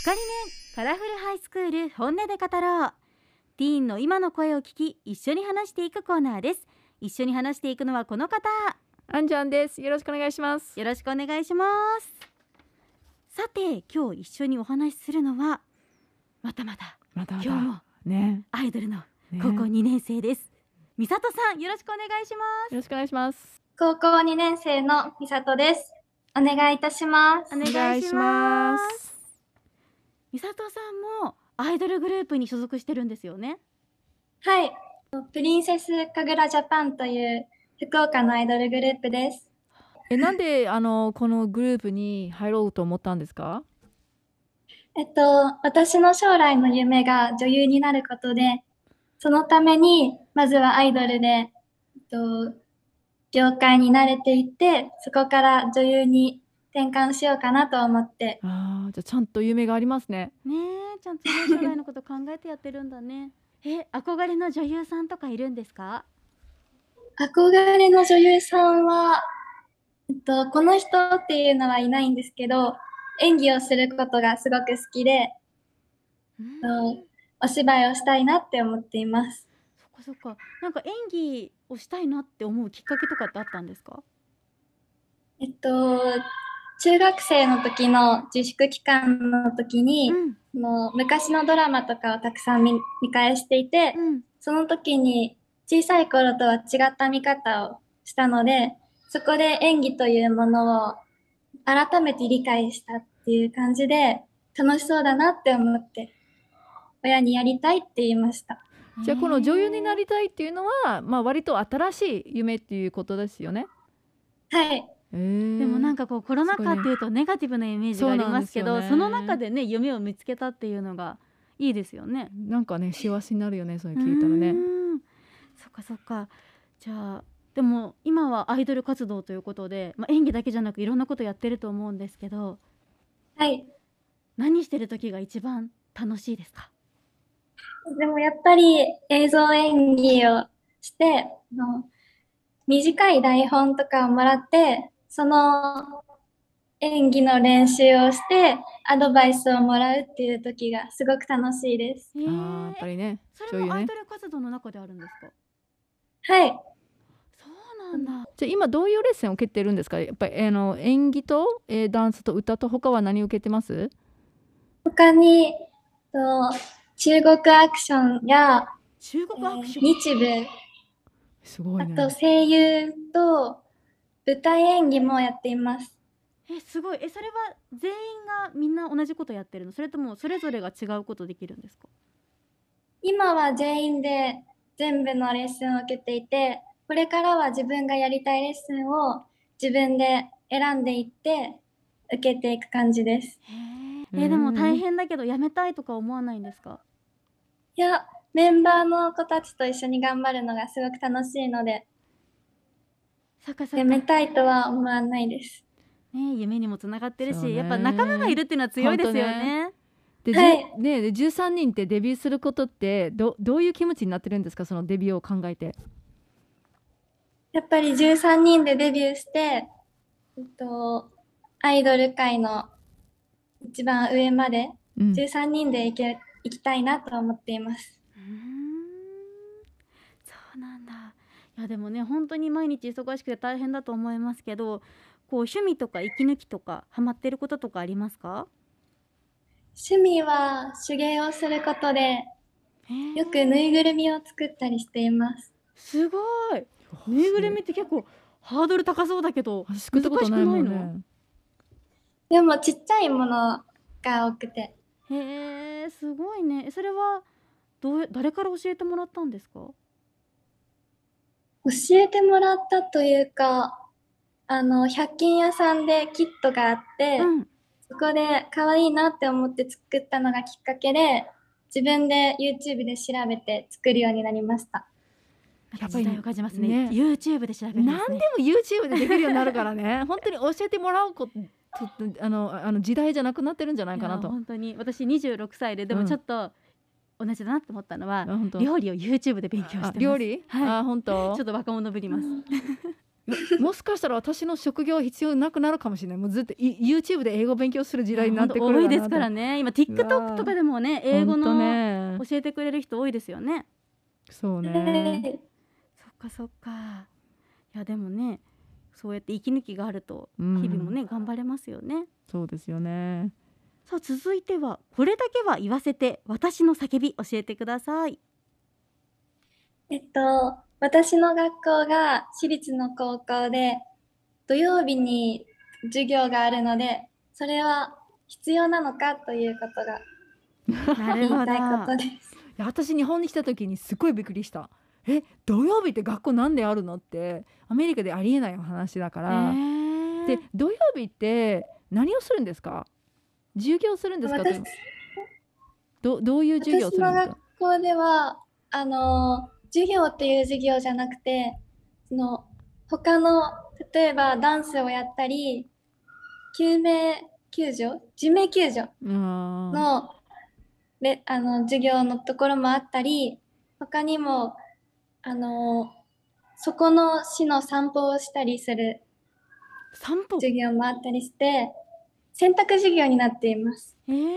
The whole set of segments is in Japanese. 光面カラフルハイスクール本音で語ろうティーンの今の声を聞き一緒に話していくコーナーです一緒に話していくのはこの方あんちゃんです。よろしくお願いします。よろしくお願いしますさて今日一緒にお話しするのはまたまたまたま今日もね。アイドルのね高校よ2年生です、美里さんよろしくお願いしまろしくお願いします。高校2年生のみさとです。お願いいたします。すお願いしまお願いしますす。美里さんもアイドルグループに所属してるんですよねはい。プリンセス神楽ジャパンという福岡のアイドルグループです。え、なんで、あの、このグループに入ろうと思ったんですか。えっと、私の将来の夢が女優になることで、そのために、まずはアイドルで、えっと、業界に慣れていって、そこから女優に転換しようかなと思って、ああ、じゃ、ちゃんと夢がありますね。ねえちゃんとね将来のこと考えてやってるんだね え憧れの女優さんとかいるんですか憧れの女優さんは、えっと、この人っていうのはいないんですけど、演技をすることがすごく好きで、えっとお芝居をしたいなって思っています。そっかそっかなんか演技をしたいなって思うきっかけとかってあったんですかえっと、中学生の時の自粛期間の時に、んあの昔のドラマとかをたくさん見見返していて、うんその時に小さい頃とは違った見方をしたので、そこで演技というものを改めて理解したっていう感じで、楽しそうだなって思って、親にやりたいって言いました。じゃあ、この女優になりりたいっていうのは、まあ、割と新しい夢っていうことですよね。はい。えーでもなんか。かこうコロナ禍っていうとネガティブなイメージがありますけどそうそなのんですよね中でね夢を見つけたっていうのがいいですよねなんかね、幸せになるよね、それ聞いたらねう。んそっかそっかじゃあでも今はアイドル活動ということで、まあ、演技だけじゃなくいろんなことやってると思うんですけどはい。何してる時が一番楽しいですかでもやっぱり映像演技をして、あの短い台本とかをもらって、その演技の練習をして、アドバイスをもらうっていう時がすごく楽しいです。えあーやっぱりね。そ女れ優もアイねド。ル活動の中であるんですかはい。そうなんだじゃあ今どういうレッスンを受けてるんですかやっぱりあの演技と、えーダンスと歌と他は何を受けてます他に、と中国アクションや、中え国アクシーョン、日舞、すごいねあと声優と舞台演技もやっています。えすごいえそれは全員がみんな同じことやってるのそれともそれぞれが違うことできるんですか今は全員で全部のレッスンを受けていて、これからは自分がやりたいレッスンを自分で選んでいって受けていく感じです。えでも大変だけどやめたいとか思わないんですかいや、メンバーの子たちと一緒に頑張るのがすごく楽しいので、そっかそっやかめたいとは思わないです。ね夢にもつながってるし、そうねやっぱ仲間がいるっていうのは強いですよねで、じゅはいねで13人ってデビューすることってどどういう気持ちになってるんですかそのデビューを考えてやっぱり13人でデビューして、えっと、アイドル界の一番上までうん13人で行け、行きたいなと思っています。うーんそうなんだいやでもね本当に毎日忙しくて大変だと思いますけどこう趣味とか息抜きとかハマってることとかありますか趣味は手芸をすることでよくぬいぐるみを作ったりしています。すごいぬいぐるみって結構ハードル高そうだけど私作ったことないもん難しくないねでもちっちゃいものが多くて、へえすごいねえそれはどう誰から教えてもらったんですか教えてもらったというか、あの、100均屋さんでキットがあって、んそこで可愛いなって思って作ったのがきっかけで、自分で YouTube で調べて作るようになりました。ややっぱっぱりり時代を感じますねね YouTube で調べるんです何でねも YouTube でできるようになるか らね本当に教えてもらうこととあのあの時代じゃなくなってるんじゃないかないやと本当に私26歳ででもうんちょっと同じだなって思ったのはあ、本当料理を YouTube で勉強してますあ料理、はいあ本ちょ当っと若者ぶりますもしかしたら私の職業必要なくなるかもしれないもうずっとい YouTube で英語勉強する時代になってくる多だいなとですからね今 TikTok とかでもね英語ほんとのね教えてくれる人多いですよねそうねえそっかそっかいやでもねそうやって息抜きがあると日日々もね、頑張れますよねそうですよねさあ続いてはこれだけは言わせて私の叫び教えてくださいえっと、私の学校が私立の高校で、土曜日に授業があるので、それは必要なのかということがな言るいほどたいことです。いや私日本に来た時にすごいびっくりしたえ土曜日って学校なんであるのってアメリカでありえない話だから、ねで土曜日って何をするんですか授業するんですか私どどういう授業するんです私のか学校では、あの、授業っていう授業じゃなくて、その、他の、例えばダンスをやったり、救命救助人命救助あーのであの授業のところもあったり他にもあのそこの市の散歩をしたりする散歩授業もあったりして選択授業になっています。えー、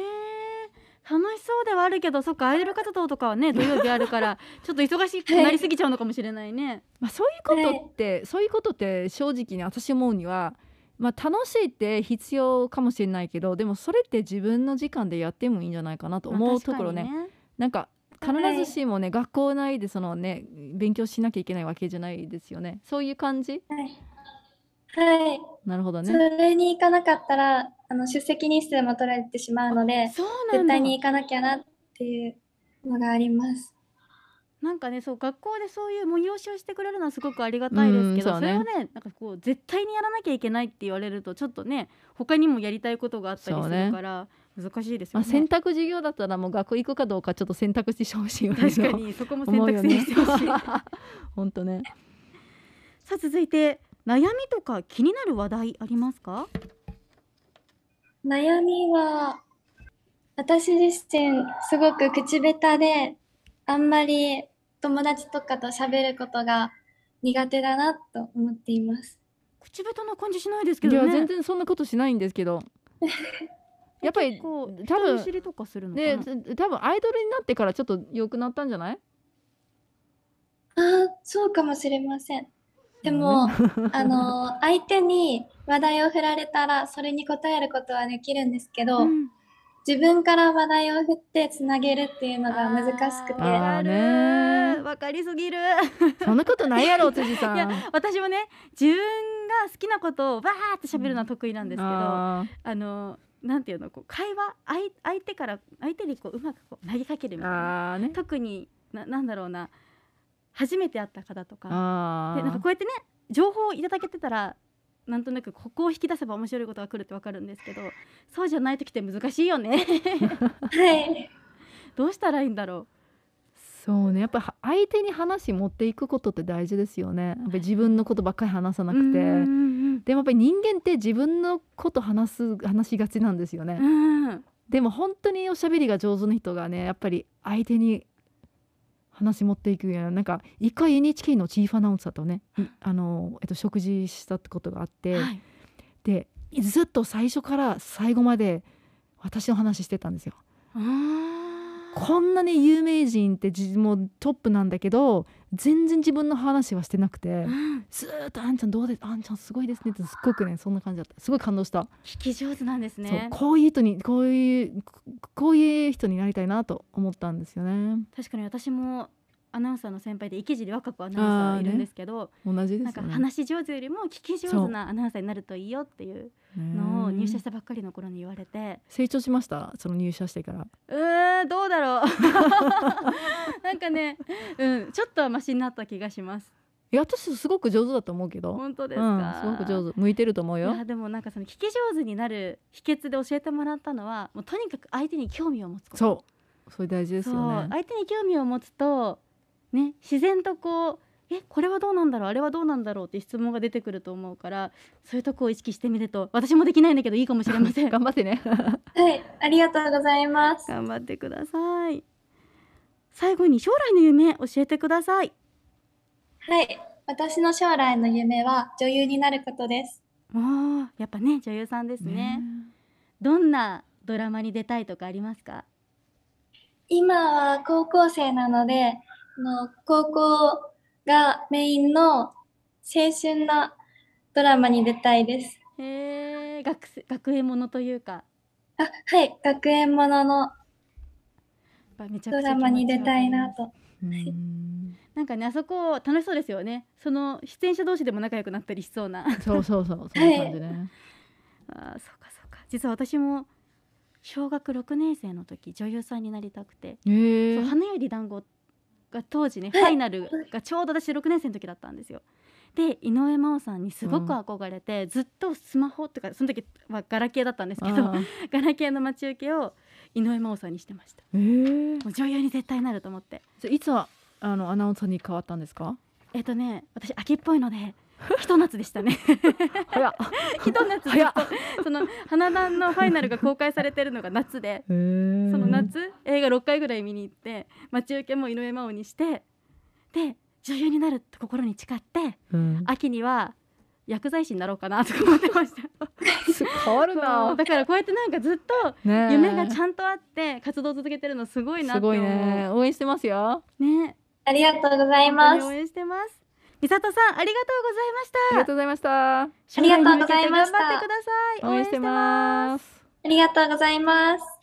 楽しそうではあるけどそっかアイドル活動とかはね土曜日あるからちょっと忙しくなりすぎちゃうのかもしれないね。まあ、そういうことって、そういうことって正直に私思うには、まあ、楽しいって必要かもしれないけどでもそれって自分の時間でやってもいいんじゃないかなと 思うところね。まあなんか必ずしもね、学校内でそのね勉強しなきゃいけないわけじゃないですよねそういう感じはい、はいなるほどそねれに行かなかったらあの出席日数も取られてしまうので確かにねそうなん絶だ対に行かなきゃなっていうのがあります。なんかねそう学校でそういう催しをしてくれるのはすごくありがたいですけど、うそんそうれねをねなんかこう絶対にやらなきゃいけないって言われるとちょっとね他にもやりたいことがあったりすそうねるから、難しいですまよあ、ね。選択授業だったらもう学校行くかどうかちょっと選択してほしいよね 確かそうにそこも選思う択よ肢にねしてほしい。 本当ね さあ続いて悩みとか気になる話題ありますか？悩みは、私自身すごく口下手で、あんまり友達とかと喋ることが苦手だなと思っています。口下手な感じしないですけいどやね。全然そんなことしないんです けどやっぱり結構多人見分知りとかするのかな。で多分アイドルになってからちょっと良くなったんじゃないああ、そうかもしれません。でうも、あの、相手に話題を振られたら、それに答えることはできるんですけど、うん自分から話題を振ってつなげるっていうのが難しくて、あーわかるあーねわかりすぎる そんなことないやろ辻さんいや私もね自分が好きなことをバーって喋るのは得意なんですけど、ああのなんていうのこう会話相相手から相手にこううまくこう投げかけるーみたいなあーね特にななんだろうな初めて会った方とかあでなんかこうやってね情報をいただけてたらなんとなくここを引き出せば面白いことが来るってわかるんですけどそうじゃない時って難しいよ ねはい、どうしたらいいんだろうそうねやっぱ相手に話持っていくことって大事ですよねやっぱり自分のことばっかり話さなくて、うんうんでもやっぱり人間って自分のこと話す話しがちなんですよね、うんうんでも本当におしゃべりが上手な人がねやっぱり相手に話持っていくようななんか一回 NHK のチーフアナウンサーとねいあの、えっと、食事したってことがあって、はいでずっと最初から最後まで私の話してたんですよ。あこんなに有名人ってじもうトップなんだけど全然自分の話はしてなくてーうんずーっと「あんちゃんどうですあんちゃんすごいですね」ってすっごくねそんな感じだったすごい感動した、聞き上手なんですそうねこういう人にこういうここういう人になりたいなと思ったんですよね確かに私もアナウンサーの先輩で池尻若子アナウンサーいるんですけど、同じでなんすよかね話し上手よりも聞き上手なアナウンサーになるといいよっていうのをね入社したばっかりの頃に言われて成長しましたその入社してからうーんどうだろう なんかね、うん、ちょっとはマシになった気がしますいや私すごく上手だと思うけど本当ですうんか、、すごく上手向いてると思ういよやでもなんかその聞き上手になる秘訣で教えてもらったのはもうとにかく相手に興味を持つことそうそれ大事ですそようね相手に興味を持つとね自然とこうえこれはどうなんだろうあれはどうなんだろうって質問が出てくると思うからそういうとこを意識してみると私もできないんだけどいいかもしれま せん頑張ってねはい、ありがとうございます。頑張ってください最後に将来の夢教えてくださいはい、私の将来の夢は女優になることです。もうやっぱね女優さんです ねどんなドラマに出たいとかありますか今は高校生なので、あの高校がメインの青春なドラマに出たいです。へえ学生学園ものというかあ、はい、学園もののやっぱめちゃくドちゃ気ラ持ちマに出たいなわかりますと。うんなんかねあそこ楽しそうですよねその出演者同士でも仲良くなったりしそうなそうそうそうそういう感じね。あーそうかそうか実は私も小学6年生の時女優さんになりたくてえ「そうー、花より団子が当時ねフはいァイナルがちょうど私6年生の時だったんですよ。で井上真央さんにすごく憧れて、ずっとスマホとかその時はガラケーだったんですけどあーガラケーの待ち受けを井上真央さんにしてました。えー、もう女優に絶対なると思ってじゃあいつはあのアナウンサーに変わったんですか？えっ、とね私秋っぽいのでひと夏でしたね早っ。 ひと夏ずっ早っとその花壇のファイナルが公開されてるのが夏でえーその夏映画6回ぐらい見に行って待ち受けも井上真央にしてで女優になると心に誓ってうん秋には薬剤師になろうかなとか思ってましたす変わるそうな。だからこうやってなんかずっとねえ夢がちゃんとあって活動を続けてるのすごいなっすて思ごういね。応援してますよ。ねありがとうござ本い当まにす応。援してます美里さんありがとうございましたありがとうございました。将来に向けてありがとうございました頑張ってください応援してます。ありがとうございます。